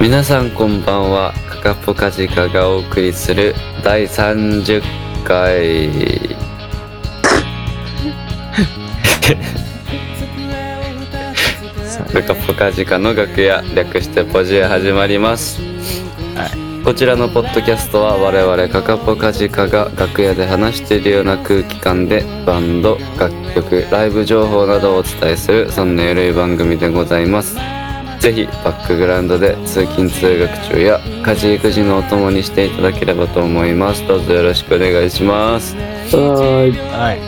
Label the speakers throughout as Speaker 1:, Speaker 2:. Speaker 1: 皆さんこんばんはカカポカジカがお送りする第30回カカポカジカの楽屋略してポジへ始まります、こちらのポッドキャストは我々カカポカジカが楽屋で話しているような空気感でバンド楽曲ライブ情報などをお伝えするそんなゆるい番組でございますぜひバックグラウンドで通勤通学中や家事育児のお供にしていただければと思いますどうぞよろしくお願いします
Speaker 2: はい。
Speaker 3: はい。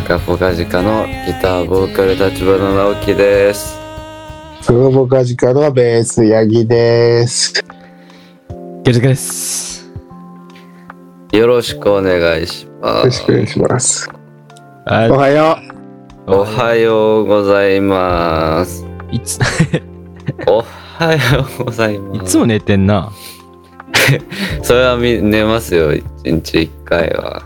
Speaker 1: カカポカジカのギターボーカル立花直樹です
Speaker 2: そのボカジカのベース、ヤギです。
Speaker 3: よろしくです。
Speaker 1: よろしくお願いし
Speaker 2: よ
Speaker 1: ま
Speaker 2: ろ
Speaker 1: す
Speaker 2: しくお願いします。
Speaker 3: は
Speaker 2: おはよ
Speaker 1: おはようございます
Speaker 3: い。いつ、
Speaker 1: おはようござい
Speaker 3: い
Speaker 1: ます
Speaker 3: つも寝てんな。
Speaker 1: それはみ寝ますよ一日一回は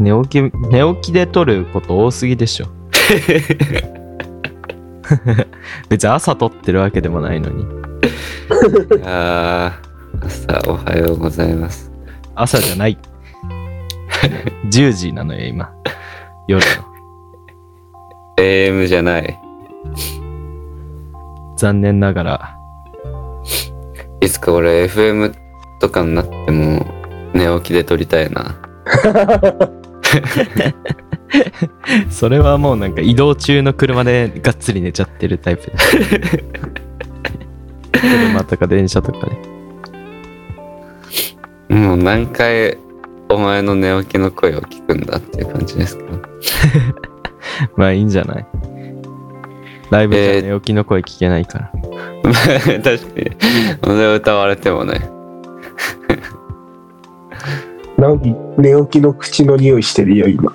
Speaker 3: 寝起き、寝起きで撮ること多すぎでし ょ。別に朝撮ってるわけでもないのに。
Speaker 1: いやー朝おはようございます
Speaker 3: 朝じゃない。10時なのよ、今。夜
Speaker 1: AM じゃない
Speaker 3: の。残念ながら。
Speaker 1: いつか俺 FM とかになっても寝起きで撮りたいな。
Speaker 3: それはもうなんか移動中の車でがっつり寝ちゃってるタ イプで。車とか電車とかで。
Speaker 1: もう何回お前の寝起きの声を聞くんだっていう感じですけど。
Speaker 3: まあいいんじゃないライブじゃ寝起きの声聞けないから。
Speaker 1: 確 かに。それ歌われてもね。
Speaker 2: う。なん寝起きの口の匂いしてるよ、今。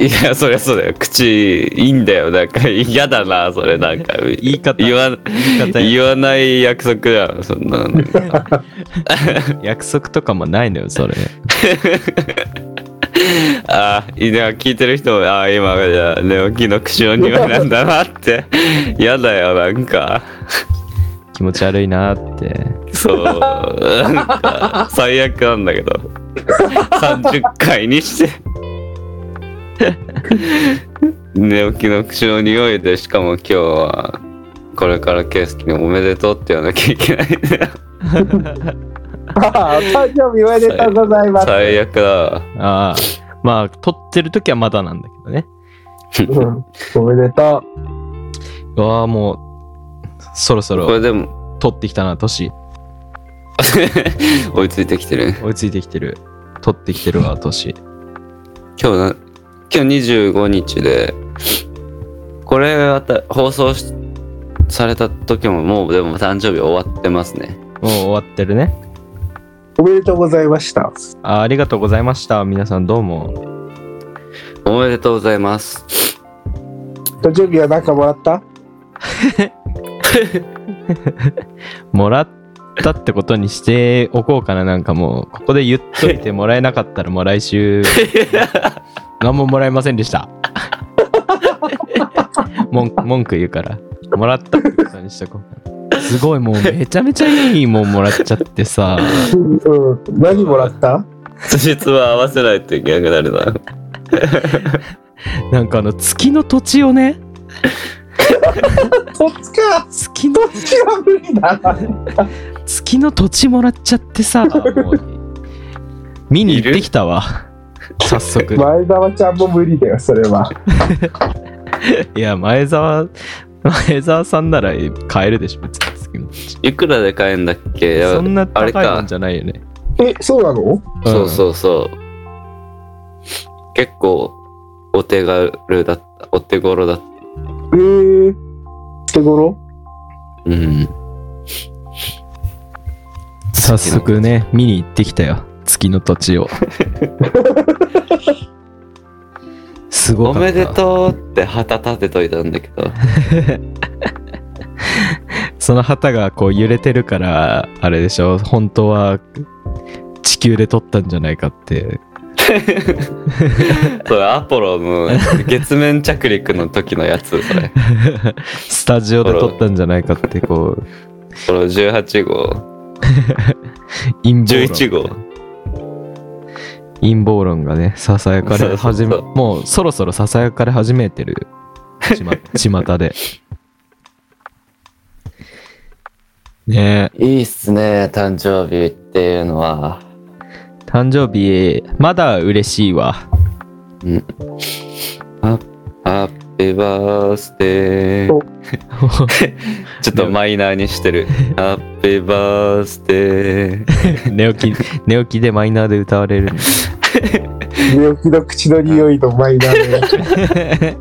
Speaker 1: いや、そりゃそうだよ。口いいんだよ。なんか嫌だな、それなんか。
Speaker 3: 言い方
Speaker 1: 言わ
Speaker 3: 言い方
Speaker 1: 言わない約束だよ、そんなの。
Speaker 3: 約束とかもないのよ、それ。
Speaker 1: ああ、いや聞いてる人も、ああ、今、じゃあ寝起きの口の匂いなんだなって。嫌だよ、なんか。
Speaker 3: 気持ち悪いなーって。
Speaker 1: そう、なんか最悪なんだけど。30回にして。寝起きの口の匂いで、しかも今日は、これから圭介におめでとうって言わなきゃいけないんだよ。
Speaker 2: ああ、誕生日おめでとうございます。
Speaker 1: 最悪だわ。
Speaker 3: ああ。まあ、撮ってる時はまだなんだけどね。
Speaker 2: うんおめでと
Speaker 3: うわあ、もう、そろそ
Speaker 1: これ
Speaker 3: ろ
Speaker 1: でも、
Speaker 3: 撮ってきたな、年。
Speaker 1: 追いついてきてる。
Speaker 3: 追いついてきてる。撮ってきてるわ、年。
Speaker 1: 今日な、今日25日で、これがた放送しされた時ももうでも誕生日終わってますね。
Speaker 3: もう終わってるね。
Speaker 2: う。おめでとうございました。
Speaker 3: あーありがとうございました。皆さんどうも。
Speaker 1: おめでとうございます。
Speaker 2: 誕生日は何かもらった
Speaker 3: もらったってことにしておこうかな。なんかもう、ここで言っといてもらえなかったらもう来週、何ももらえませんでした。文文句言うから。もらったってことにしとこうかな。すごい、もうめちゃめちゃいいもんもらっちゃってさ。
Speaker 2: うん、うん何もらった
Speaker 1: 実は合わせないといけなくなるな。
Speaker 3: なんかあの、月の土地をね、
Speaker 2: そっちか
Speaker 3: 月の、
Speaker 2: そっちは無理だな。
Speaker 3: 月の土地もらっちゃってさ。もう見に行ってきたわ。早速。
Speaker 2: 前澤ちゃんも無理だよ、それは。
Speaker 3: いや、前澤、 前澤さんなら買えるでしょ、別に月の土地。
Speaker 1: いくらで買えんだっけ
Speaker 3: そんな
Speaker 1: あれ
Speaker 3: 高いも
Speaker 1: か
Speaker 3: んじゃないよね。
Speaker 2: え、そうなの
Speaker 1: そう
Speaker 3: うん。
Speaker 1: そうそう。結構、お手軽だった。お手頃だった。
Speaker 2: えー、手頃
Speaker 1: うん。
Speaker 3: 早速ね、見に行ってきたよ、月の土 地を。すご
Speaker 1: お
Speaker 3: かった。
Speaker 1: めでとうって旗立てといたんだけど。
Speaker 3: その旗がこう揺れてるから、あれでしょ、本当は地球で撮ったんじゃないかって
Speaker 1: それアポロの月面着陸の時のやつそれ
Speaker 3: スタジオで撮ったんじゃないかってこう
Speaker 1: この18号
Speaker 3: 陰謀論
Speaker 1: 11号
Speaker 3: 陰謀論がねささやかれ始め
Speaker 1: そうそ
Speaker 3: もうそろそろささやかれ始めてるちま 巷でね
Speaker 1: いいっすね誕生日っていうのは
Speaker 3: え誕生日まだ嬉しいわ
Speaker 1: ハッピーバースデー
Speaker 2: お
Speaker 1: ちょっとマイナーにして るハッピーバースデー
Speaker 3: 寝 起き寝起きでマイナーで歌われる
Speaker 2: 病気の口の匂いのマイナーで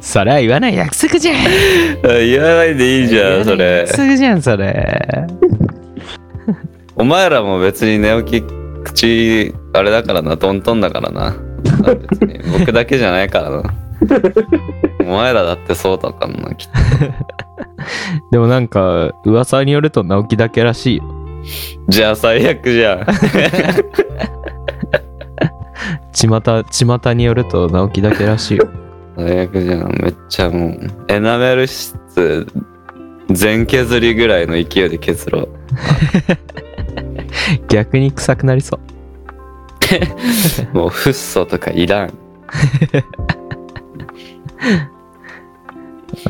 Speaker 3: それは言わない約束じゃん
Speaker 1: あ言わないでいいじゃんそれ
Speaker 3: 約束じゃんそれ
Speaker 1: お前らも別に寝起き口あれだからなトントンだからな別に僕だけじゃないから なお前らだってそうだからなきっと
Speaker 3: でもなんか噂によると直樹だけらしいよ
Speaker 1: じゃあ最悪じゃん
Speaker 3: 巷巷によると直樹だけらしいよ
Speaker 1: 最悪じゃんめっちゃもうエナメル質全削りぐらいの勢いで削ろう
Speaker 3: 逆に臭くなりそう
Speaker 1: もうフッ素とかいらん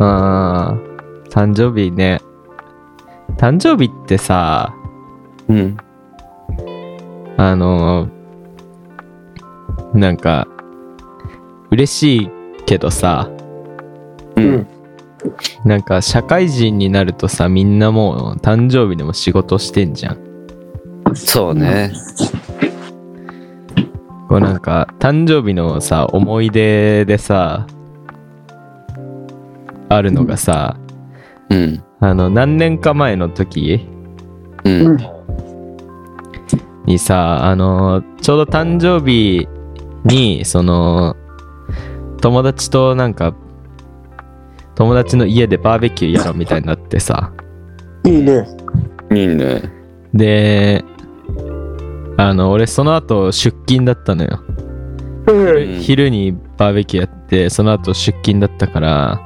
Speaker 3: あー誕生日ね誕生日ってさ
Speaker 1: うん
Speaker 3: あのなんか嬉しいけどさ
Speaker 1: う
Speaker 2: うんん
Speaker 3: なんか社会人になるとさみんなもう誕生日でも仕事してんじゃん
Speaker 1: そうね
Speaker 3: こうなんか誕生日のさ思い出でさあるのがさ、
Speaker 1: うん
Speaker 3: あの何年か前の時
Speaker 1: う
Speaker 2: うんん
Speaker 3: にさあのちょうど誕生日にその友達となんか友達の家でバーベキューやろうみたいになってさ
Speaker 2: いいね
Speaker 1: いいね
Speaker 3: であの俺その後出勤だったのよ、
Speaker 2: うん
Speaker 3: 昼にバーベキューやってその後出勤だったから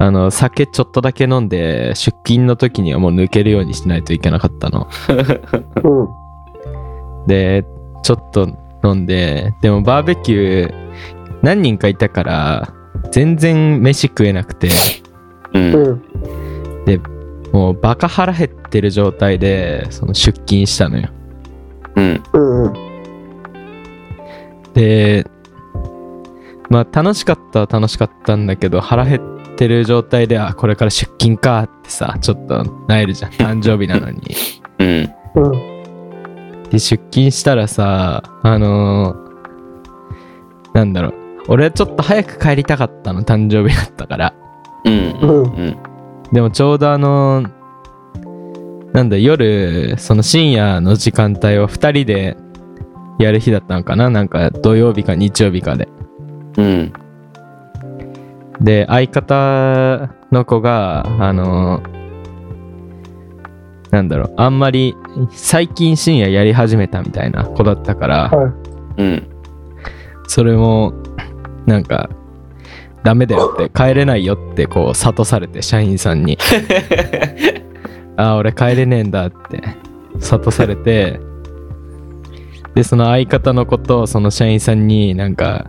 Speaker 3: あの酒ちょっとだけ飲んで出勤の時にはもう抜けるようにしないといけなかったの
Speaker 2: うん
Speaker 3: でちょっと飲んででもバーベキュー何人かいたから全然飯食えなくて
Speaker 1: うん
Speaker 2: うん
Speaker 3: もうバカ腹減ってる状態でその出勤したのよ
Speaker 1: うん
Speaker 2: うんうん
Speaker 3: でまあ楽しかったは楽しかったんだけど腹減ってる状態であこれから出勤かってさちょっとなえるじゃん誕生日なのに
Speaker 1: うん
Speaker 2: うん
Speaker 3: で出勤したらさあのーなんだろう俺はちょっと早く帰りたかったの誕生日だったから
Speaker 1: うん
Speaker 2: う
Speaker 1: うん
Speaker 2: ん
Speaker 1: うん
Speaker 3: でもちょうどあのなんだ夜その深夜の時間帯は2人でやる日だったのかななんか土曜日か日曜日かで
Speaker 1: うん
Speaker 3: で相方の子があのなんだろうあんまり最近深夜やり始めたみたいな子だったから
Speaker 2: は
Speaker 1: うん
Speaker 3: それもなんかダメだよって帰れないよってこう諭されて社員さんにああ俺帰れねえんだって諭されてでその相方のことをその社員さんになんか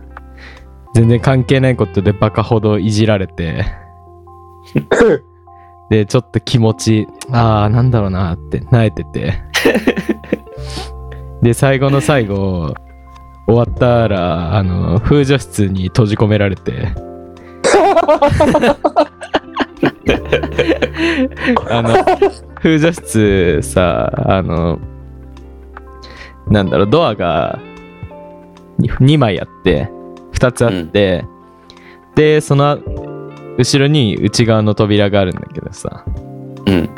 Speaker 3: 全然関係ないことでバカほどいじられて
Speaker 2: い
Speaker 3: でちょっと気持ちああなんだろうなってなえててで最後の最後終わったらあの風除室に閉じ込められてあの風除室さあのなんだろうドアが 2, 枚あって2つあって、でその後ろに内側の扉があるんだけどさ
Speaker 1: うん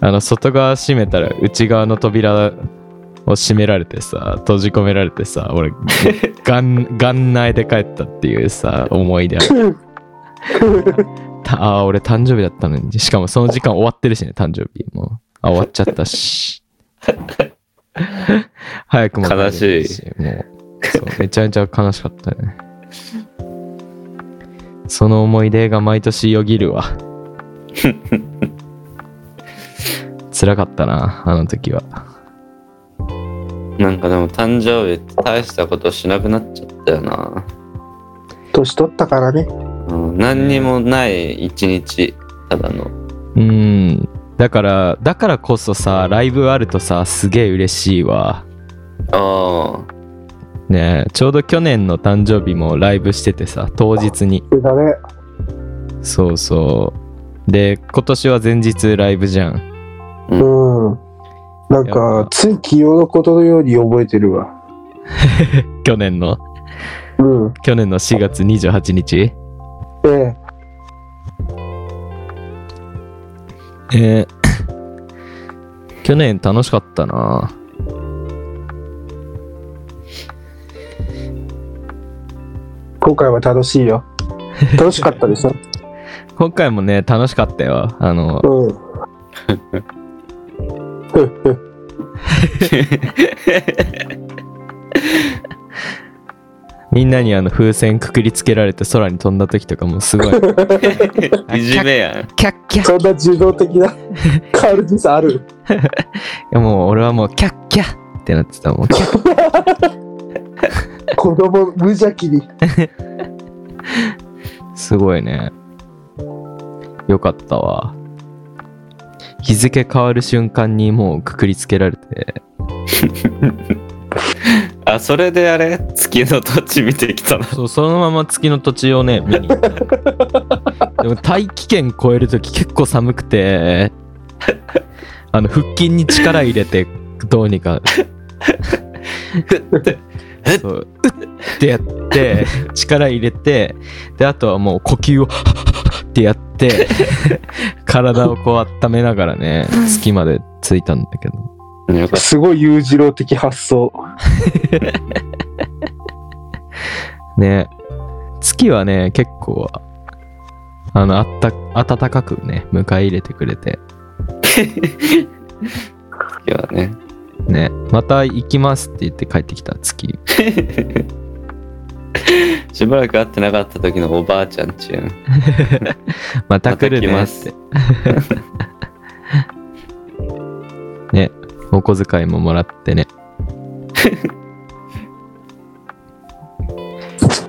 Speaker 3: あの外側閉めたら内側の扉を閉められてさ閉じ込められてさ俺ガンガン内で帰ったっていうさ思い出あるたあー俺誕生日だったのにしかもその時間終わってるしね誕生日もうあ終わっちゃったし早くも帰れないもうそうめちゃめちゃ悲しかったねその思い出が毎年よぎるわ辛かったなあの時は
Speaker 1: なんかでも誕生日って大したことしなくなっちゃったよな、
Speaker 2: 年取ったからね。
Speaker 1: うん、何にもない一日ただの
Speaker 3: うんだからだからこそさライブあるとさすげえ嬉しいわ
Speaker 1: あ
Speaker 3: ねえちょうど去年の誕生日もライブしててさ当日に
Speaker 2: それだね。
Speaker 3: そうそうで今年は前日ライブじゃん
Speaker 2: うん。なん
Speaker 3: やっ
Speaker 2: か
Speaker 3: ぱ、
Speaker 2: つい昨日のことのように覚えてるわ。
Speaker 3: 去年の
Speaker 2: うん。
Speaker 3: 去年の4月28日
Speaker 2: ええ。
Speaker 3: えー 去年楽しかったな
Speaker 2: 今回は楽しいよ。楽しかったでしょ
Speaker 3: 今回もね楽しかったよあの
Speaker 2: うん。ふっふっ
Speaker 3: みんなにあの風船くくりつけられて空に飛んだ時とかもすごい
Speaker 1: あいじめやん
Speaker 3: キャッキャッい
Speaker 2: そんな受動的な軽じさある。
Speaker 3: やもう俺はもうキャッキャッってなってたもん
Speaker 2: 子供無邪気に。
Speaker 3: すごいねよかったわ日付変わる瞬間にもうくくりつけられて
Speaker 1: あそれであれ月の土地見てきたな
Speaker 3: そうそのまま月の土地をね見に行ったでも大気圏超える時結構寒くてあの腹筋に力入れてどうにかそううってやって力入れてであとはもう呼吸をってやって体をこう温めながらね月まで着いたんだけど
Speaker 1: よかっ
Speaker 2: すごい裕次郎的発想。
Speaker 3: ね月はね結構あのあった暖かくね迎え入れてくれて
Speaker 1: たけどね
Speaker 3: ねまた行きますって言って帰ってきた月
Speaker 1: しばらく会ってなかった時のおばあちゃんちゅう
Speaker 3: また来る
Speaker 1: ま
Speaker 3: ね
Speaker 1: た
Speaker 3: っ
Speaker 1: 来
Speaker 3: て ねお小遣いももらってね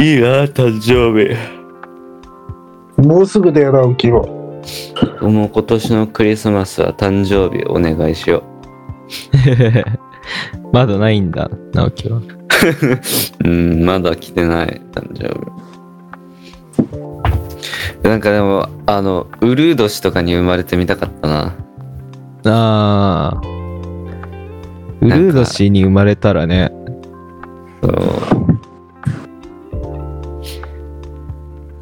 Speaker 1: いいな誕生日
Speaker 2: もうすぐだよな、大きいの。
Speaker 1: もう今年のクリスマスは誕生日お願いしよ
Speaker 3: まだないんだ直樹は
Speaker 1: ううんまだ来てない誕生日なんかでもあのウルー年とかに生まれてみたかったな
Speaker 3: あーウルード氏に生まれたらね
Speaker 1: そう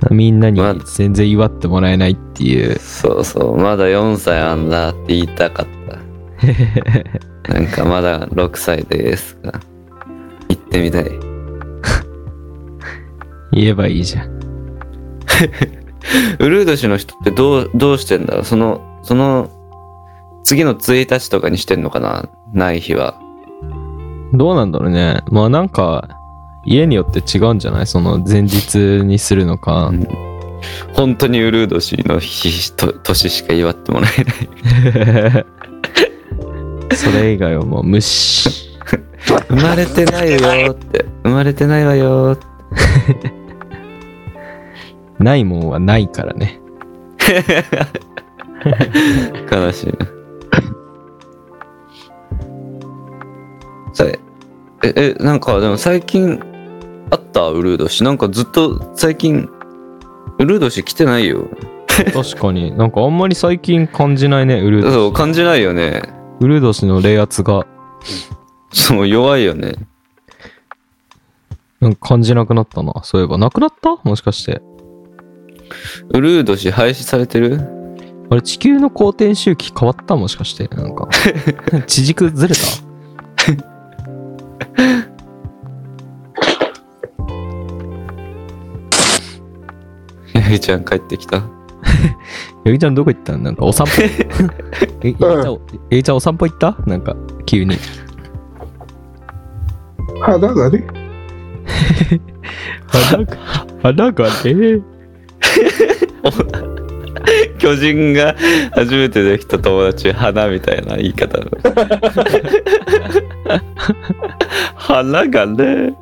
Speaker 3: みんなに
Speaker 1: まあ
Speaker 3: 全然祝ってもらえないっていう
Speaker 1: そうそうまだ4歳あんだって言いたかったなんかまだ6歳ですが行ってみたい
Speaker 3: 言えばいいじゃん
Speaker 1: ウルード氏の人ってどう、どうしてんだろうその、その、次の1日とかにしてんのかなない日は。
Speaker 3: どうなんだろうねまあなんか家によって違うんじゃないその前日にするの か、
Speaker 1: うん本当にウルード氏の日、と年しか祝ってもらえない。
Speaker 3: それ以外はもう無視
Speaker 1: 生まれてないよーって。生まれてないわよーって。
Speaker 3: ないもんはないからね
Speaker 1: 悲しいな。それ。え、え、なんかでも最近、あったウルード氏。なんかずっと最近、ウルード氏来てないよ。
Speaker 3: 確かになんかあんまり最近感じないねウルー
Speaker 1: そう、
Speaker 3: ド
Speaker 1: 感じないよね。
Speaker 3: ウルード氏の冷圧が
Speaker 1: そう、弱いよね。
Speaker 3: なんか感じなくなったなそういえばなくなったもしかして
Speaker 1: ウルード氏廃止されてる
Speaker 3: あれ地球の公転周期変わったもしかしてな んか地軸ずれた
Speaker 1: ヤギちゃん帰ってきた。
Speaker 3: ヤギちゃんどこ 行ったのなんかお散歩えヤギちゃんおヤギちゃんお散歩行ったなんか急に
Speaker 2: 肌がね。
Speaker 3: 花が、花がね。
Speaker 1: 巨人が 初めてできた友達花みたいな言い方花がね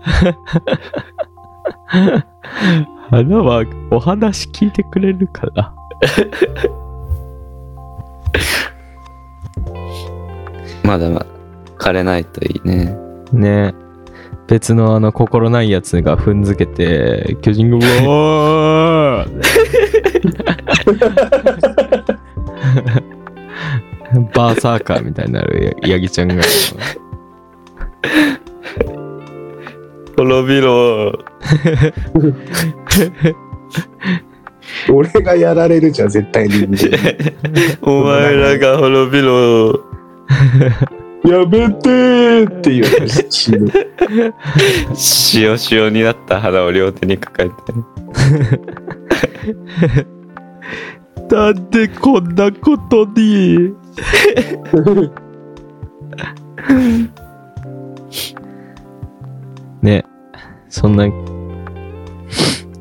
Speaker 3: 花はお話聞いてくれるから。
Speaker 1: まだまだ枯れないといいね
Speaker 3: ね別のあの心ないやつが踏んづけて、巨人が、 うわーバーサーカーみたいになるヤギちゃんが。
Speaker 1: 滅びろ
Speaker 2: 俺がやられるじゃん、絶対に。
Speaker 1: お前らが滅びろ
Speaker 2: やめてーっていう話死ぬ。
Speaker 1: 塩塩になった花を両手に抱えて
Speaker 3: なんでこんなことに。ねそんな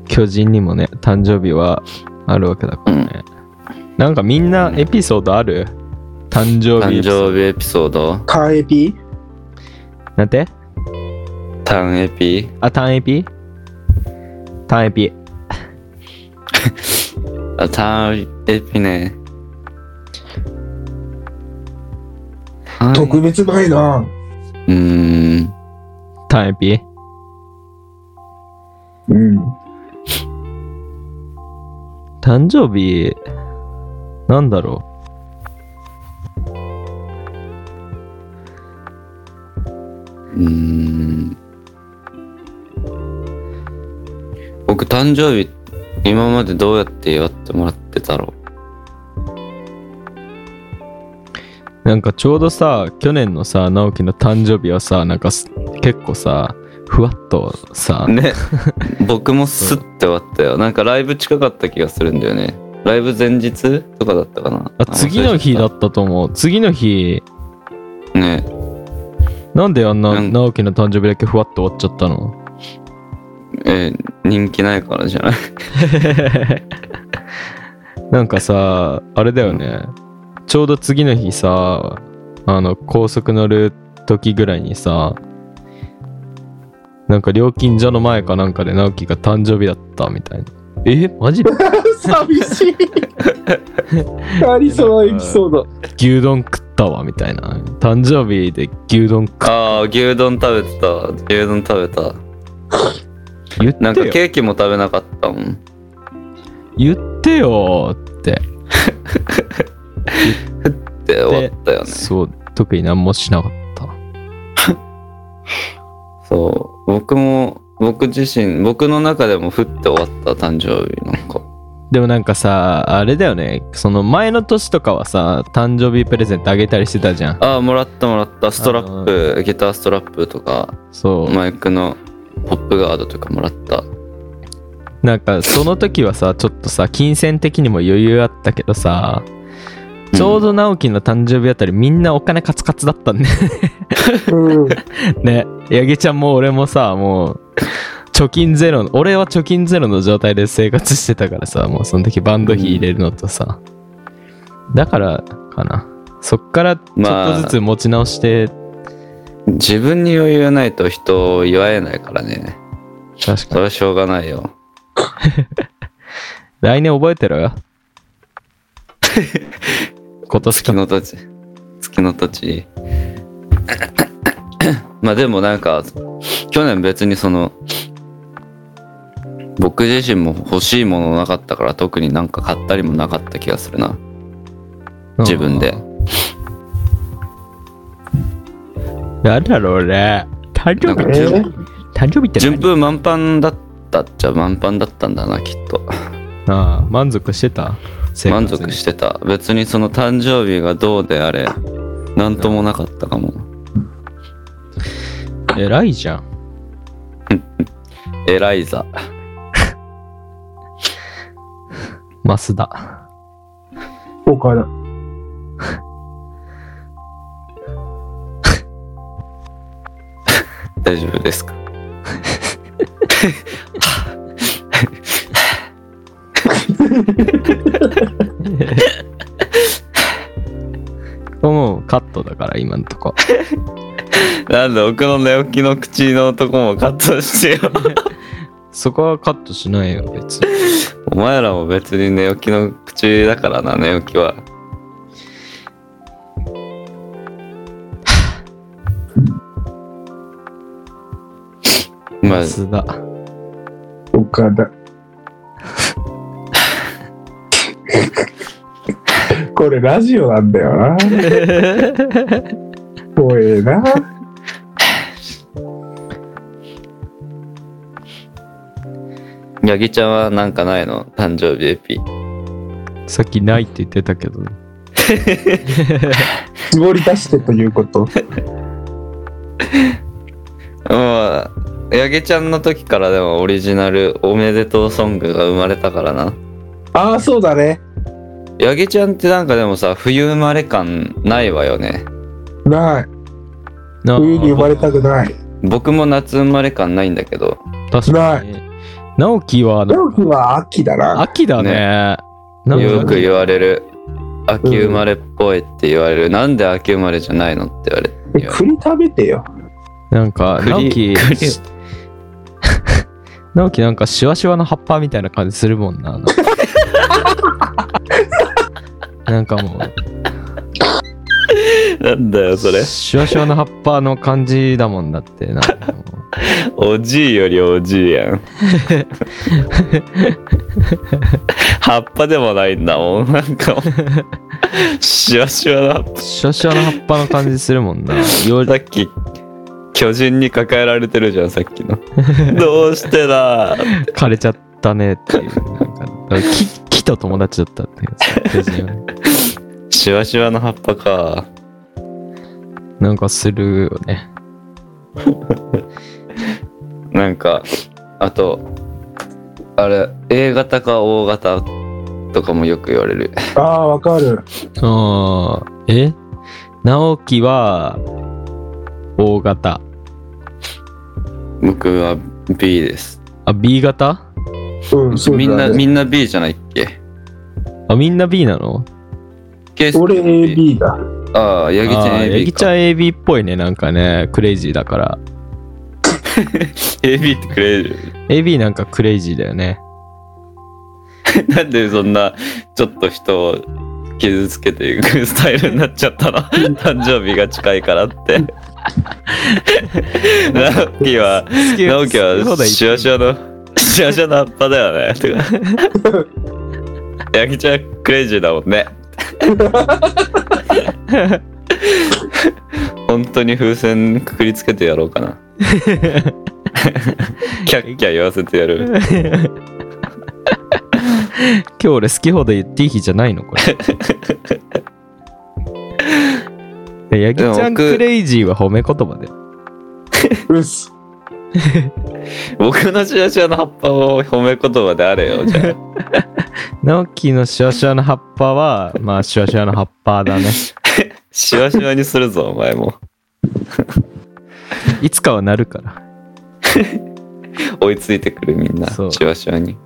Speaker 3: 巨人にもね誕生日はあるわけだからね、なんかみんなエピソードある誕生日
Speaker 1: 誕生日エピソード
Speaker 2: カーエピ
Speaker 3: なんて
Speaker 1: タンエピ
Speaker 3: あ単エピ単エピ
Speaker 1: あタンエピねタン
Speaker 2: 特別ないな。
Speaker 1: うーん
Speaker 3: 単エピ
Speaker 2: うん。
Speaker 3: 誕生日なんだろ
Speaker 1: うーん僕誕生日今までどうやって祝ってもらってたろ
Speaker 3: うなんかちょうどさ去年のさ直樹の誕生日はさなんかす結構さふわっとさ、
Speaker 1: うね僕もスッて終わったよなんかライブ近かった気がするんだよねライブ前日とかだったかな
Speaker 3: あ次の日だ
Speaker 1: 忘れち
Speaker 3: ったと思う次の日
Speaker 1: ゃったね
Speaker 3: なんであんな
Speaker 1: うん
Speaker 3: 直樹の誕生日だけふわっと終わっちゃったの
Speaker 1: えー人気ないからじゃない
Speaker 3: なんかさあれだよねちょうど次の日さあの高速乗る時ぐらいにさなんか料金所の前かなんかで直樹が誕生日だったみたいなえマジで
Speaker 2: 寂しい。ありそうなエピソード。
Speaker 3: 牛丼食ったわみたいな誕生日で牛丼食っ
Speaker 1: ああ牛丼食べてたわ牛丼食べた
Speaker 3: 言ってよ
Speaker 1: なんかケーキも食べなかったもん
Speaker 3: 言ってよって
Speaker 1: で終わったよね
Speaker 3: そう特に何もしなかった
Speaker 1: そう僕も僕自身僕の中でも降って終わった誕生日なんか
Speaker 3: でもなんかさあれだよねその前の年とかはさ誕生日プレゼントあげたりしてたじゃん
Speaker 1: ああもらったもらったストラップギターストラップとか
Speaker 3: そう、
Speaker 1: マイクのポップガードとかもらった
Speaker 3: なんかその時はさちょっとさ金銭的にも余裕あったけどさちょうど直樹の誕生日あたりみんなお金カツカツだったんだよ
Speaker 2: うん。
Speaker 3: ね ね八木ちゃんも俺もさもう貯金ゼロ俺は貯金ゼロの状態で生活してたからさもうその時バンド費入れるのとさ、だからかなそっからちょっとずつ持ち直して、
Speaker 1: 自分に余裕がないと人を祝えないからね
Speaker 3: 確
Speaker 1: そ
Speaker 3: か
Speaker 1: れ
Speaker 3: に
Speaker 1: はしょうがないよ
Speaker 3: 来年覚えてろ よ今年
Speaker 1: 月
Speaker 3: か
Speaker 1: の土地月の土地 まあでもなんか去年別にその僕自身も欲しいものなかったから特になんか買ったりもなかった気がするな自分で
Speaker 3: なんだろうね誕生
Speaker 1: なんか
Speaker 3: 日
Speaker 2: え
Speaker 1: 順
Speaker 2: ー
Speaker 3: 誕生日って
Speaker 1: 順
Speaker 3: 何
Speaker 1: 風満帆だったっちゃ満帆だったんだなきっと
Speaker 3: ああ満足してた生活
Speaker 1: 満
Speaker 3: に
Speaker 1: 足してた別にその誕生日がどうであれ何ともなかったかも
Speaker 3: 偉いじゃん
Speaker 1: エライザ
Speaker 3: 増田
Speaker 2: 岡田。
Speaker 1: 大丈夫ですか
Speaker 3: これもうカットだから今のとこ
Speaker 1: なんだ奥の寝起きの口のとこもカットして よ
Speaker 3: そこはカットしないよ別に
Speaker 1: お前らも別に寝起きの口だからな寝起きはまあ
Speaker 3: 須田
Speaker 2: 岡田。これラジオなんだよな。怖えな。
Speaker 1: 八木ちゃんはなんかないの誕生日エピ
Speaker 3: さっきないって言ってたけど
Speaker 2: 絞り出してということ。
Speaker 1: まあ八木ちゃんの時からでもオリジナルおめでとうソングが生まれたからな
Speaker 2: ああ、そうだね。
Speaker 1: 八木ちゃんってなんかでもさ冬生まれ感ないわよね
Speaker 2: ない。
Speaker 3: な
Speaker 2: 冬に生まれたくない。
Speaker 1: 僕も夏生まれ感ないんだけど
Speaker 3: 確かに直樹は
Speaker 2: 直樹は秋だな。
Speaker 3: 秋だねなんか
Speaker 1: よく言われる秋生まれっぽいって言われる、なんで秋生まれじゃないのって言われ
Speaker 2: え
Speaker 1: る
Speaker 2: 栗食べてよ。
Speaker 3: なんか直樹
Speaker 1: 栗
Speaker 3: 直樹なんかシワシワの葉っぱみたいな感じするもんな なんかなんかも う
Speaker 1: なんだよそれ
Speaker 3: シワシワの葉っぱの感じだもんだってなんかもう
Speaker 1: おじいよりおじいやん葉っぱでもないんだもんなんかもうシワシワだ
Speaker 3: シャシャの葉っぱの感じするもんな。よ
Speaker 1: さっき巨人に抱えられてるじゃんさっきのどうしてだ
Speaker 3: 枯れちゃったねっていう。なんか木木と友達だったっていう別に
Speaker 1: シワシワの葉っぱか
Speaker 3: なんかするよね。
Speaker 1: なんかあとあれ A 型か O 型とかもよく言われる
Speaker 2: ああ、わかる。
Speaker 3: ああ、え直樹は、O 型。
Speaker 1: 僕は B です
Speaker 3: あ、B 型
Speaker 2: うん、そうだ、ね。
Speaker 1: みんなみんな B じゃないっけ
Speaker 3: あ、みんな B なの
Speaker 1: ケース
Speaker 2: 俺 AB だ。
Speaker 1: ああ八木ちゃん
Speaker 3: あーヤ
Speaker 1: AB
Speaker 3: ギ ちゃん
Speaker 1: か
Speaker 3: AB っぽいね、なんかね。クレイジーだから。
Speaker 1: AB ってくれる
Speaker 3: AB なんかクレイジーだよね。
Speaker 1: なんでそんなちょっと人を傷つけていくスタイルになっちゃったの 誕生日が近いから って直樹は
Speaker 3: 好き
Speaker 1: 直樹
Speaker 3: 好き放
Speaker 1: は
Speaker 3: 題
Speaker 1: シ
Speaker 3: 言
Speaker 1: ワ
Speaker 3: って
Speaker 1: シワ のシワシワの葉っぱだよねとか八木ちゃんクレイジーだもん ね本当に風船くくりつけてやろうか なキャッキャ言わせてやる
Speaker 3: 今日俺好き放題言っていい日じゃないのこ れ。ヤギちゃんクレイジーは褒め言葉で。
Speaker 2: うっす。
Speaker 1: 僕のシワシワの葉っぱを褒め言葉であれよじゃ
Speaker 3: 直樹のシュワシュワの葉っ ぱは、まあシュワシュワの葉っぱだね。
Speaker 1: あシワシワにするぞお前も
Speaker 3: いつかはなるから。
Speaker 1: 追いついてくるみんな
Speaker 3: そう
Speaker 1: シワシワに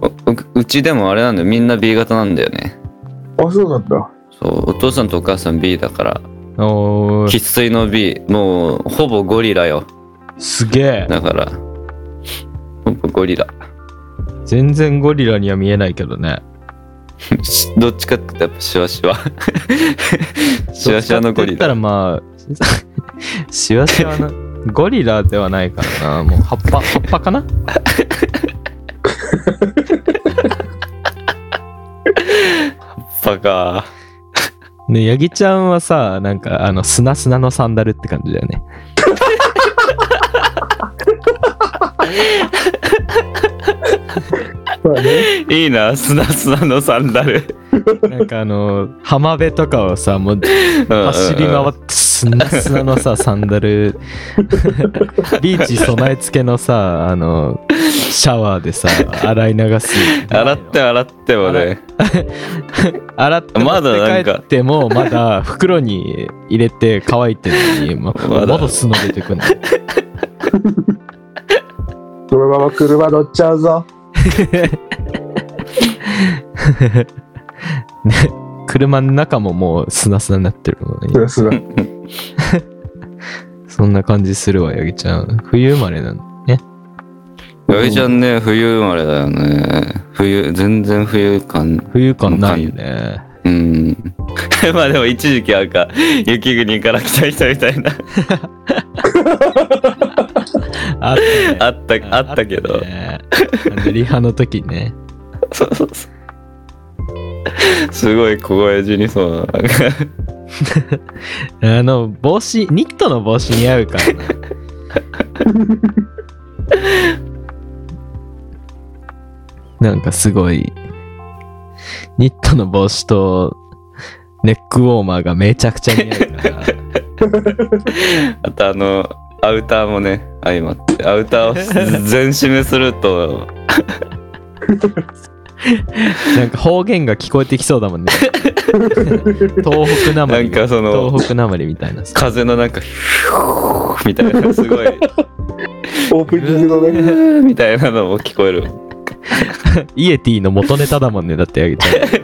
Speaker 1: おううちでもあれなんだよみんな B 型なんだよね
Speaker 2: あ、そうなんだ。
Speaker 1: そうお父さんとお母さん B だから
Speaker 3: おー、
Speaker 1: 生粋の B もうほぼゴリラよ
Speaker 3: すげえ。
Speaker 1: だからほぼゴリラ
Speaker 3: 全然ゴリラには見えないけどね。
Speaker 1: しどっちかって言ったらやっぱシワシ ワシワシワのゴリ
Speaker 3: どっち
Speaker 1: ラ
Speaker 3: かって言ったらまあ、 シュワシュワの、ゴリラではないからな。もう葉っぱ、葉っぱかな
Speaker 1: バカ
Speaker 3: ねヤギちゃんはさ、なんかあの砂砂のサンダルって感じだよね。
Speaker 2: まあね、
Speaker 1: いいな砂砂のサンダル
Speaker 3: なんかあの浜辺とかをさも
Speaker 1: うん
Speaker 3: う
Speaker 1: うんうん
Speaker 3: 走り回ってスすんなすなのさサン ダルビーチ備え付けのさあのシャワーでさ洗い流す
Speaker 1: 洗って洗ってもね
Speaker 3: 洗って
Speaker 1: まだなん
Speaker 3: 持っ
Speaker 1: か
Speaker 3: て帰ってもまだ袋に入れて乾いてるのにま
Speaker 1: まだ
Speaker 3: まだ砂出てくんの
Speaker 2: このまま車乗っちゃうぞ。
Speaker 3: 車の中ももう砂砂になってるの
Speaker 2: す
Speaker 3: に
Speaker 2: が すが。
Speaker 3: そんな感じするわよぎちゃん冬生まれなのね
Speaker 1: よいちゃんね冬生まれだよね冬全然冬感
Speaker 3: 冬感ないよね
Speaker 1: うん まあでも一時期なんか雪国から来た人みたいな
Speaker 3: あったね
Speaker 1: あったあったけど
Speaker 3: ねあのリハの時ね
Speaker 1: そうそうそうすごい小声死にそうななんか
Speaker 3: あの帽子ニットの帽子似合うか らななんかすごいニットの帽子とネックウォーマーがめちゃくちゃ似合う から
Speaker 1: あとあのアウターもね相まってアウターを全締めすると
Speaker 3: なんか方言が聞こえてきそう だもんね東北なまり
Speaker 1: なんかその
Speaker 3: 東北なまりみたいなさ
Speaker 1: 風のなんかヒューみたいなすごい
Speaker 2: オープニングのね。
Speaker 1: みたいな のも聞こえる。
Speaker 3: イエティの元ネタだもんねだってあげち ゃん
Speaker 1: ヘ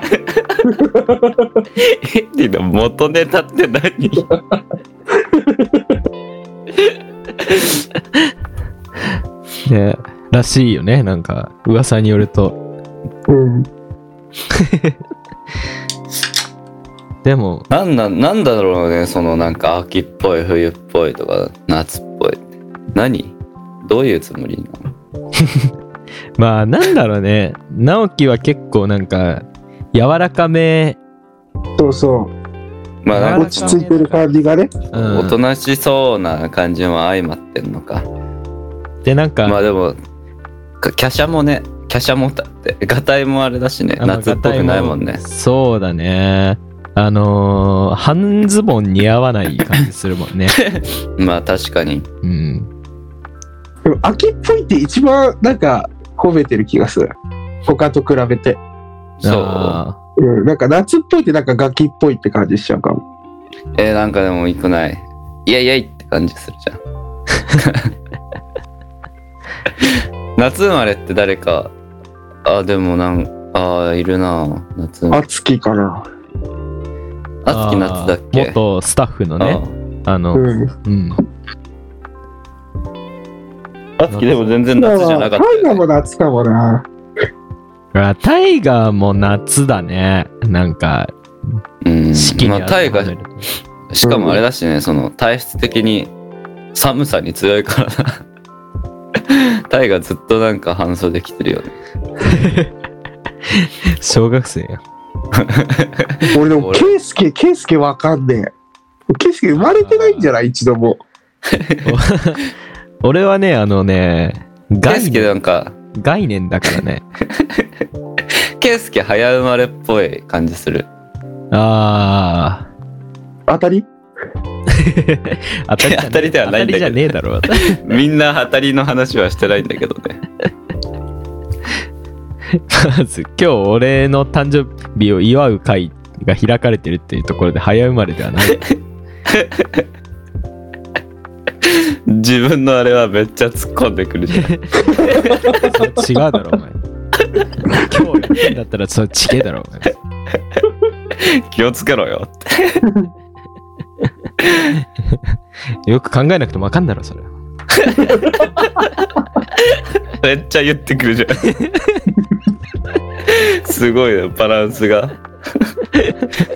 Speaker 1: ンリーの元ネタって何
Speaker 3: ねらしいよねなんか噂によると
Speaker 2: うん。
Speaker 3: でも
Speaker 1: なんなんなんだろうね、そのなんか秋っぽい、冬っぽいとか、夏っぽい。何どういうつもりなの
Speaker 3: まあなんだろうね直樹は結構なんか柔らかめ、
Speaker 2: そうそう。
Speaker 1: まあなんか
Speaker 2: 落ち着いてる感じがね。
Speaker 3: うん
Speaker 1: おとなしそうな感じも相まってんのか。
Speaker 3: でなんか、
Speaker 1: まあでも、か華奢もね、華奢もだって、ガタイもあれだしね、
Speaker 3: あの
Speaker 1: 夏っぽくないもんね。
Speaker 3: そうだねあのー半ズボン似合わない感じするも んね
Speaker 1: まあ確かに。
Speaker 3: うん
Speaker 2: でも秋っぽいって一番なんか褒めてる気がする。他と比べて。
Speaker 1: そう。
Speaker 3: あ
Speaker 2: うん。なんか夏っぽいってなんかガキっぽいって感じしちゃうかも。
Speaker 1: えー、なんかでもいくない。イエイイエイって感じするじゃ ん。夏生まれって誰か、あ、でもなん、あー、いるな夏生まれ。
Speaker 2: 暑きかな。
Speaker 3: ー
Speaker 1: あつき夏だっけ
Speaker 3: あー元スタッフの
Speaker 1: あ
Speaker 3: ねあのうん、
Speaker 2: うん。
Speaker 1: ーあつきでも全然夏じゃなかっ
Speaker 2: タイ
Speaker 1: たよ
Speaker 2: ガー
Speaker 1: ね、
Speaker 2: も夏かもな。
Speaker 3: あタイガーも夏だねなんか四
Speaker 1: う
Speaker 3: 季
Speaker 1: ん。
Speaker 3: に
Speaker 1: まあ、タイガ
Speaker 3: 当て
Speaker 1: ー
Speaker 3: はめる
Speaker 1: しかもあれだしね、その体質的に寒さに強いからな。 タイガーずっとなんか半袖着てるよね。
Speaker 3: と小学生や
Speaker 2: 俺でも、
Speaker 1: 俺
Speaker 2: ケイスケ、ケイスケわかんねえ。ケイスケ生まれてないんじゃない一度も。
Speaker 3: 俺はねあのね
Speaker 1: ケイス
Speaker 3: 概
Speaker 1: ケ
Speaker 3: 念
Speaker 1: なんか、
Speaker 3: 概念だからね
Speaker 1: ケイスケ早生まれっぽい感じす る。
Speaker 3: あ
Speaker 2: 当たり
Speaker 3: あ当たりじゃ
Speaker 1: 当たりでは
Speaker 3: ねえ
Speaker 1: ないんだけど
Speaker 3: 当たりじゃねえだろ
Speaker 1: みんな当たりの話はしてないんだけどね。
Speaker 3: まず今日俺の誕生日を祝う会が開かれてるっていうところで早生まれでは ない
Speaker 1: 自分のあれはめっちゃ突っ込んでくるじゃん。
Speaker 3: それ違うだろお前今日やってんだったらそれ違えだろお前
Speaker 1: 気をつけろよって。
Speaker 3: よく考えなくても分かんだろそれ
Speaker 1: めっちゃ言ってくる じゃん。すごいよ、バランス が。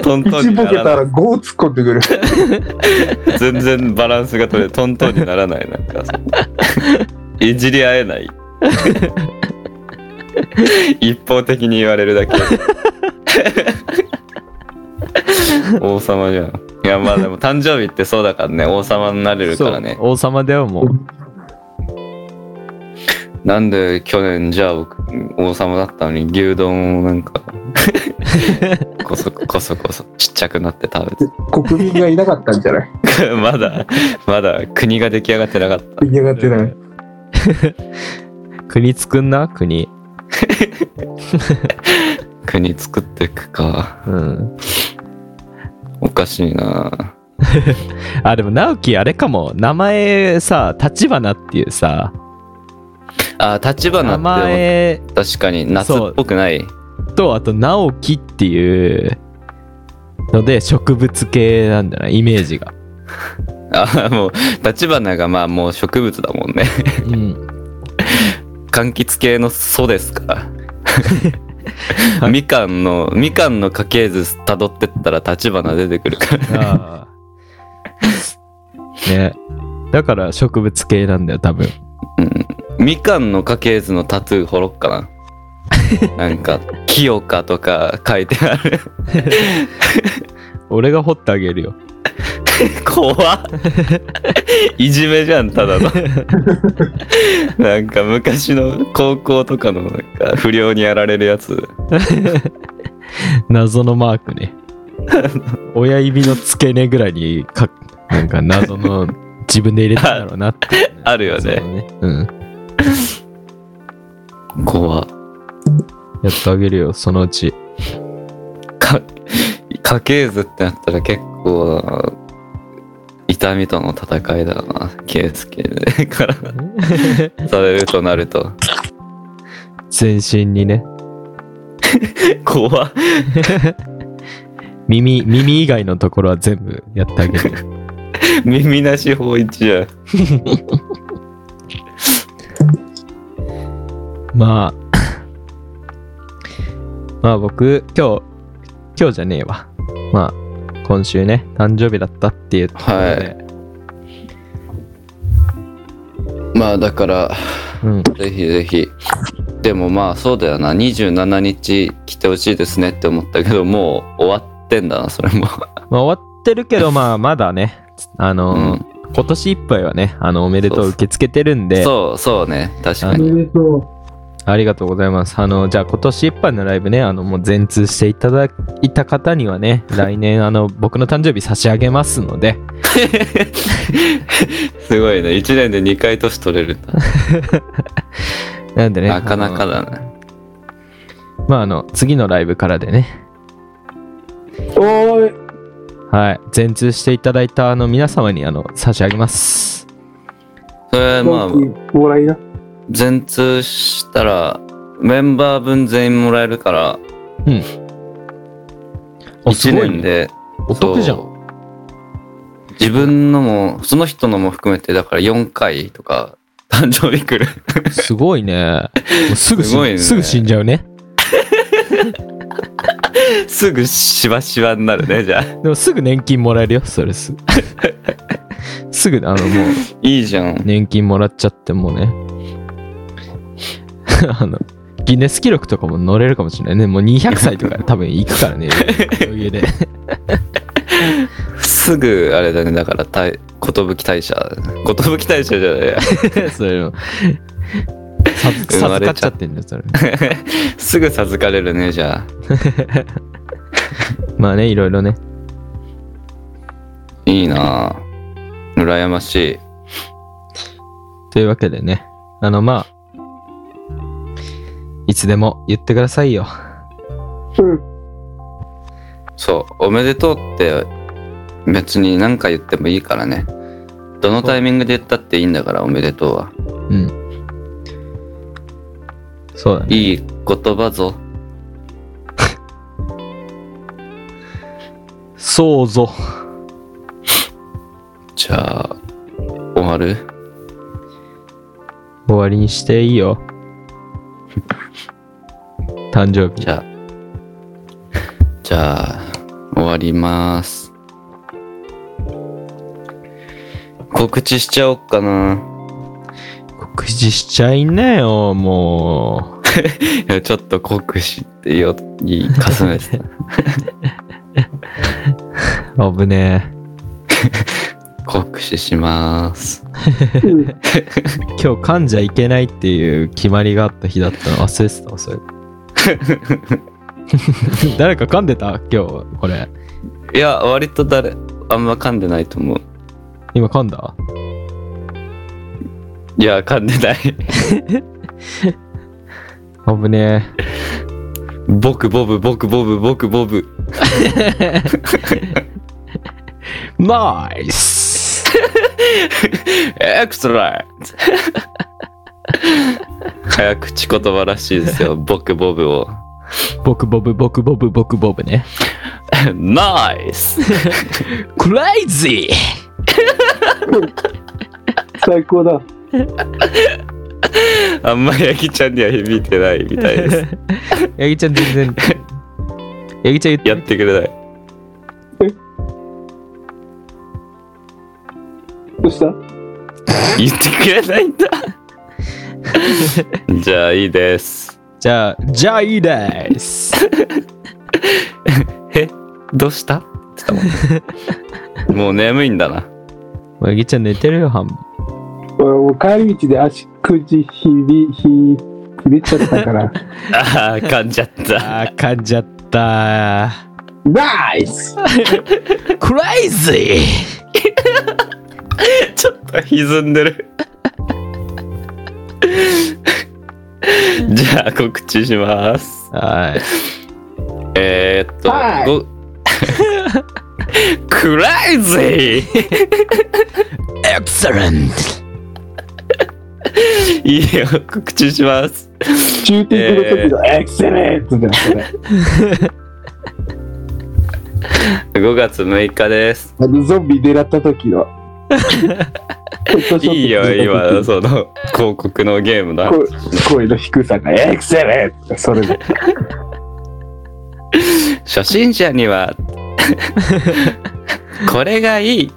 Speaker 1: トントン
Speaker 2: 一
Speaker 1: に
Speaker 2: ボ
Speaker 1: な
Speaker 2: ケた
Speaker 1: らな
Speaker 2: ら5突っ込んで くる。
Speaker 1: い。全然バランスが取れ、トントンにならない。なんか、いじり合えない。一方的に言われるだけ。王様じゃん。いや、まあでも誕生日ってそうだからね、王様になれるからね。
Speaker 3: そう王様ではもう
Speaker 1: なんで去年じゃあ僕王様だったのに牛丼をなんかこそこそこそちっちゃくなって食べて
Speaker 2: 国民がいなかったんじゃない
Speaker 1: まだまだ国が出来上がってなかった
Speaker 2: 出来上がってない。
Speaker 3: 国作んな国。
Speaker 1: 国作っていくか
Speaker 3: うん。
Speaker 1: おかしいな
Speaker 3: あ、でも直樹あれかも。名前さ、立花っていうさ、
Speaker 1: あ立
Speaker 3: 名
Speaker 1: 花って
Speaker 3: 前
Speaker 1: 確かに夏っぽくない
Speaker 3: と、あと直樹っていうので植物系なんじゃないイメージが。
Speaker 1: あもう立花がまあもう植物だもんね
Speaker 3: うん。
Speaker 1: 柑橘系の祖です からみかんのみかんの家系図辿ってったら立花出てくる から
Speaker 3: ああ。ね。だから植物系なんだよ、多分。
Speaker 1: みかんの家系図のタトゥー彫ろっかななんか「清香」とか書いてある
Speaker 3: 俺が掘ってあげるよ。
Speaker 1: 怖っいじめじゃんただのなんか昔の高校とかのなんか不良にやられるやつ
Speaker 3: 謎のマーク ね親指の付け根ぐらいにかなんか謎の自分で入れたんだろうなっていうね、
Speaker 1: あるよ
Speaker 3: そう
Speaker 1: ね
Speaker 3: ねうん
Speaker 1: 怖っ
Speaker 3: やってあげるよそのうち
Speaker 1: か家系図ってなったら結構痛みとの戦いだな圭介から されるとなると
Speaker 3: 全身にね
Speaker 1: 怖っ
Speaker 3: 耳耳以外のところは全部やってあげるよ
Speaker 1: 耳なし法一じゃん
Speaker 3: まあ まあ僕今日今日じゃねえわまあ今週ね誕生日だったっていうところで、
Speaker 1: まあだから
Speaker 3: うん
Speaker 1: ぜひぜひ。でもまあそうだよな、27日来てほしいですねって思ったけど、もう終わってんだな、それも。
Speaker 3: まあ、終わってるけど、まあ、まだね、あの、今年いっぱいはね、あの、おめでとう受け付けてるんで、
Speaker 1: そうそうね、確か
Speaker 2: お
Speaker 1: に。
Speaker 2: めでと
Speaker 3: ありがとうございます。あの、じゃあ今年いっぱいのライブね、あの、もう全通していただいた方に はね、来年、あの、僕の誕生日差し上げますので、
Speaker 1: すごいね、1年で2回年取れるんだ。
Speaker 3: なんでね、
Speaker 1: なかなか
Speaker 3: あの
Speaker 1: だね。
Speaker 3: まあ、あの、次のライブからでね、
Speaker 2: う。おーい。
Speaker 3: はい、全通していただいた、あの、皆様に、あの、差し上げます。
Speaker 1: それはまあ
Speaker 2: 大、きいもらいな。
Speaker 1: 全通したら、メンバー分全員もらえるから、
Speaker 3: お、す
Speaker 1: 1
Speaker 3: ごい
Speaker 1: 年
Speaker 3: ね。
Speaker 1: で。
Speaker 3: お得じゃん
Speaker 1: そう。自分のも、その人のも含めて、だから4回とか、誕生日来る。
Speaker 3: すごいね。もうすぐ死ん
Speaker 1: すごいね
Speaker 3: すぐ死んじゃうね。
Speaker 1: すぐしわしわになるね、じゃあ。
Speaker 3: でもすぐ年金もらえるよ、それす。 すぐ、あの、もう、
Speaker 1: いいじゃん。
Speaker 3: 年金もらっちゃって、もうね。 あの、ギネス記録とかも乗れるかもしれないね。もう200歳とか多分行くから ね、余裕で。
Speaker 1: すぐあれだねだからたい寿大社寿大社じゃないや
Speaker 3: それを。さ
Speaker 1: 生ま
Speaker 3: 授
Speaker 1: れち
Speaker 3: か
Speaker 1: ゃ
Speaker 3: っちゃってんだよ、それ。
Speaker 1: すぐ授かれるねじゃあ
Speaker 3: まあね、いろいろね。
Speaker 1: いいなあ羨ましい
Speaker 3: というわけでね。あの、まあ、いつでも言ってくださいよ。
Speaker 2: うん。
Speaker 1: そうおめでとうって別に何か言ってもいいからねどのタイミングで言ったっていいんだからおめでとうは
Speaker 3: うん。そうだね。
Speaker 1: いい言葉ぞ
Speaker 3: そうぞ。
Speaker 1: じゃあ終わる
Speaker 3: 終わりにしていいよ。誕生日
Speaker 1: じ。ゃあじゃあ終わります告知しちゃおっかな
Speaker 3: 告示しちゃいなよ、も
Speaker 1: いやちょっと酷使って言おういいかすめてた
Speaker 3: う。危ね
Speaker 1: 酷使します
Speaker 2: うん
Speaker 3: え。今日噛んじゃいけないっていう決まりがあった日だったの忘れてたわ、それ。 誰か噛んでた今日、これ。
Speaker 1: いや割と誰あんま噛んでないと思う
Speaker 3: 今噛んだ
Speaker 1: いや、噛んでない。
Speaker 3: 危ねえ。
Speaker 1: 僕、ボブ、僕、ボブ、僕、ボブ。
Speaker 3: ナイス
Speaker 1: エクストラ早口言葉らしいですよ。僕、ボブを。
Speaker 3: 僕ボブ僕ボブ僕ボブね。
Speaker 1: ナイス
Speaker 3: クレイジー
Speaker 2: 最高だ。
Speaker 1: あんまりヤギちゃんには響いてないみたいです。
Speaker 3: ヤギちゃん全然。ヤギちゃん言って
Speaker 1: やってくれない。
Speaker 2: どうした
Speaker 1: 言ってくれないんだ。じゃあ、いいです。
Speaker 3: じゃあ、じゃあいいです。
Speaker 1: え、どうしたって言ったもんねもう眠いんだな。
Speaker 3: ヤギちゃん寝てるよ、半分。
Speaker 2: 俺もう帰り道で足くじひびひひびっちゃったから
Speaker 1: ああ、噛んじゃ った。
Speaker 3: あー、噛んじゃった。
Speaker 2: ナイス
Speaker 3: クレイジー
Speaker 1: ちょっと歪んでる。じゃあ告知します。
Speaker 3: はい。
Speaker 1: えー、っと、
Speaker 2: はい
Speaker 1: ごクレイジー
Speaker 3: エクセレント
Speaker 1: いいよ、告知します。
Speaker 2: 中継の時のエクセレントだそれ や
Speaker 1: 5月6日です。
Speaker 2: あのゾンビ狙った時 の
Speaker 1: いいよ、今、その広告のゲームだ。
Speaker 2: 声声の低さがエクセレントそれで
Speaker 1: 初心者に は、これがいい。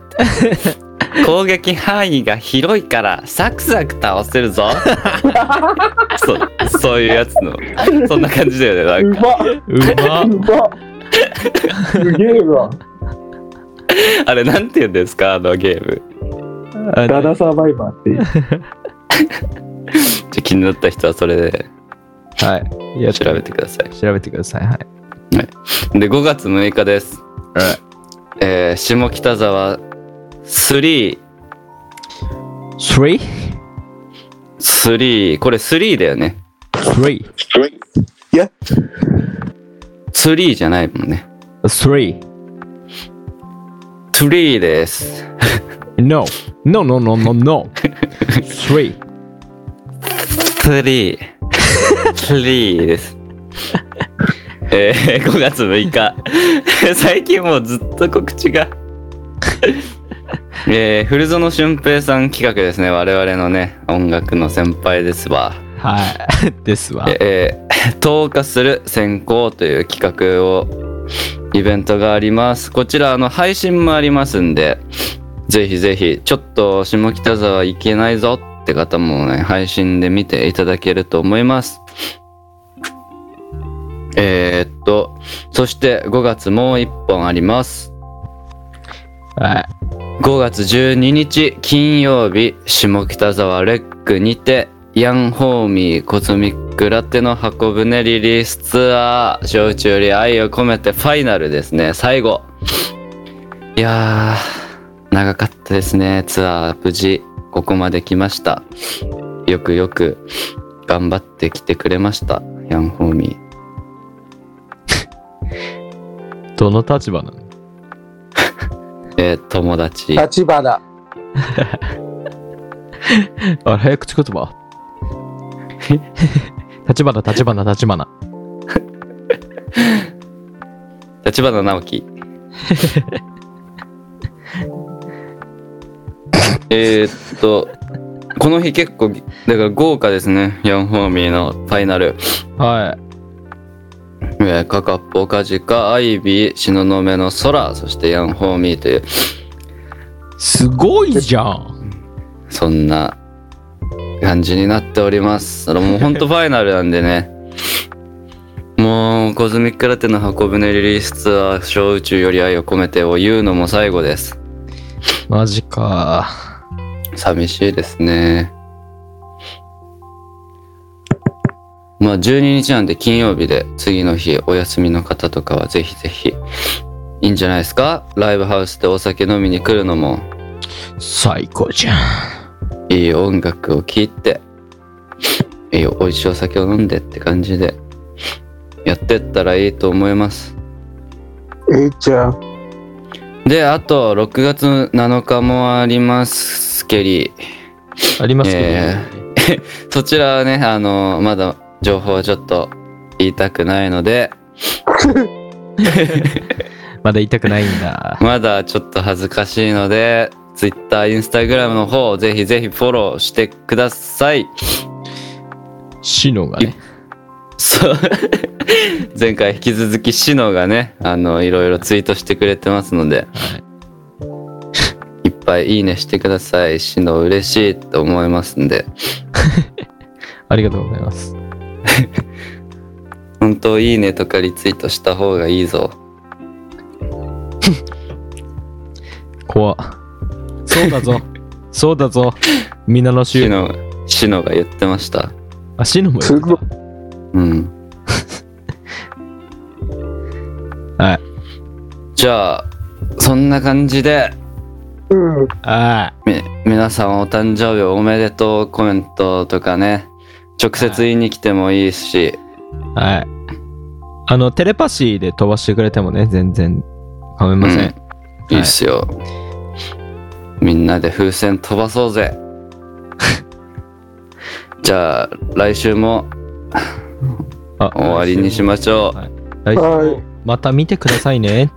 Speaker 1: 攻撃範囲が広いからサクサク倒せる ぞそそういうやつのそんな感じだよね
Speaker 2: う
Speaker 1: なんか
Speaker 2: ま
Speaker 3: うま
Speaker 2: うますげ えわ
Speaker 1: あれなんて言うんですかあのゲーム
Speaker 2: ダダサバイバーっていう
Speaker 1: ちょっと気になった人はそれで
Speaker 3: はい。いや、
Speaker 1: 調べてくださ
Speaker 3: 調べてください。はい。
Speaker 1: いで5月6日ですえー、下北沢33
Speaker 3: 3?3?
Speaker 1: これ3だよね3じゃないもんね
Speaker 3: 3?
Speaker 1: 3です。
Speaker 3: No. No, no, no, no, no. 3.
Speaker 1: 3。3です。えー、5月6日。最近もうずっと告知が。えー、古園俊平さん企画ですね。我々のね、音楽の先輩ですわ。
Speaker 3: はい。 ですわ。
Speaker 1: えー、 投下する選考という企画を、イベントがあります。こちら、あの、配信もありますんで、ぜひぜひ、ちょっと下北沢行けないぞって方もね、配信で見ていただけると思います。えー、っと、そして5月もう1本あります。
Speaker 3: はい。
Speaker 1: 5月12日金曜日下北沢レックにてヤンホーミーコズミックラテの箱舟リリースツアー焼酎より愛を込めてファイナルですね最後いやー長かったですねツアー無事ここまで来ましたよくよく頑張ってきてくれましたヤンホーミー
Speaker 3: どの立場なの
Speaker 1: えー友達
Speaker 2: 立花
Speaker 3: あれ、早口言 葉。立花、立花、立花。
Speaker 1: 立花直樹えーっとこの日結構だから豪華ですねヤンホーミーのファイナル、
Speaker 3: は
Speaker 1: えー、カカッポカジカアイビー東雲の空そしてヤンホーミーという
Speaker 3: い。すごいじゃん。
Speaker 1: そんな感じになっておりますそれもうほんとファイナルなんでねもうコズミックラテの箱舟リリースツアー小宇宙より愛を込めてを言うのも最後です
Speaker 3: マジか。
Speaker 1: 寂しいですね。まあ12日なんで金曜日で次の日お休みの方とかはぜひぜひいいんじゃないですかライブハウスでお酒飲みに来るのも
Speaker 3: 最高じゃん。
Speaker 1: いい音楽を聴いて、いいおいしいお酒を飲んでって感じで、やってったらいいと思います。
Speaker 2: えーじゃあ、
Speaker 1: で、あと、6月7日もあります、ケリー。
Speaker 3: ありますけど、
Speaker 1: えそちらはね、あの、まだ情報はちょっと言いたくないので、
Speaker 3: まだ言いたくないんだ。
Speaker 1: まだちょっと恥ずかしいので、Twitter、Instagram の方、ぜひぜひフォローしてください。
Speaker 3: シノがね。
Speaker 1: そう。 前回引き続きシノがね、あの、いろいろツイートしてくれてますので、い、っぱいいいねしてください。シノ嬉しいと思いますんで、
Speaker 3: ありがとうございます。
Speaker 1: 本当いいねとかリツイートした方がいいぞ。
Speaker 3: 怖っそうだぞ。 そうだぞ。皆の
Speaker 1: シ
Speaker 3: 衆。
Speaker 1: ノ、シノが言ってました。
Speaker 3: あ、シノも言
Speaker 2: す
Speaker 3: って
Speaker 2: ごい。
Speaker 1: うん。
Speaker 3: たはい。
Speaker 1: じゃあ、そんな感じで、
Speaker 2: うん。
Speaker 3: あ
Speaker 1: み、皆さんお誕生日おめでとうコメントとかね、直接言いに来てもいいし、
Speaker 3: あ。はい。あの、テレパシーで飛ばしてくれてもね、全然構いません。
Speaker 1: いいっすよ。みんなで風船飛ばそう ぜ。じゃあ、来週も
Speaker 3: あ
Speaker 1: 終わりにしましょう。
Speaker 3: 来週も
Speaker 2: はい
Speaker 3: また見てくださいね。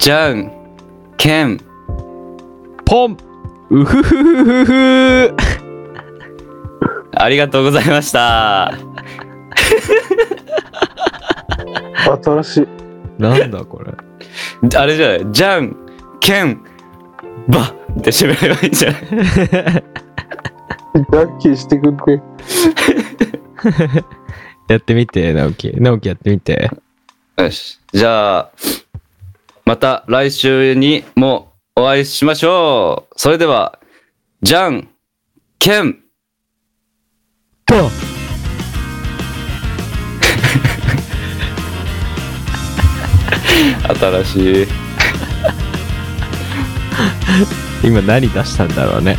Speaker 1: じゃん、けん、
Speaker 3: ポンうふふふふふ
Speaker 1: ありがとうございました。
Speaker 2: 新しい。
Speaker 3: なんだこれ。
Speaker 1: あれじゃない、じゃん、けん、ばって締めればいいんじゃない
Speaker 2: ラッキーしてくんね。
Speaker 3: やってみて、直樹。直樹やってみて。
Speaker 1: よし。じゃあ、また来週にもお会いしましょう。それでは、じゃん、けん。
Speaker 3: ポン
Speaker 1: 新しい。
Speaker 3: 今何出したんだろうね。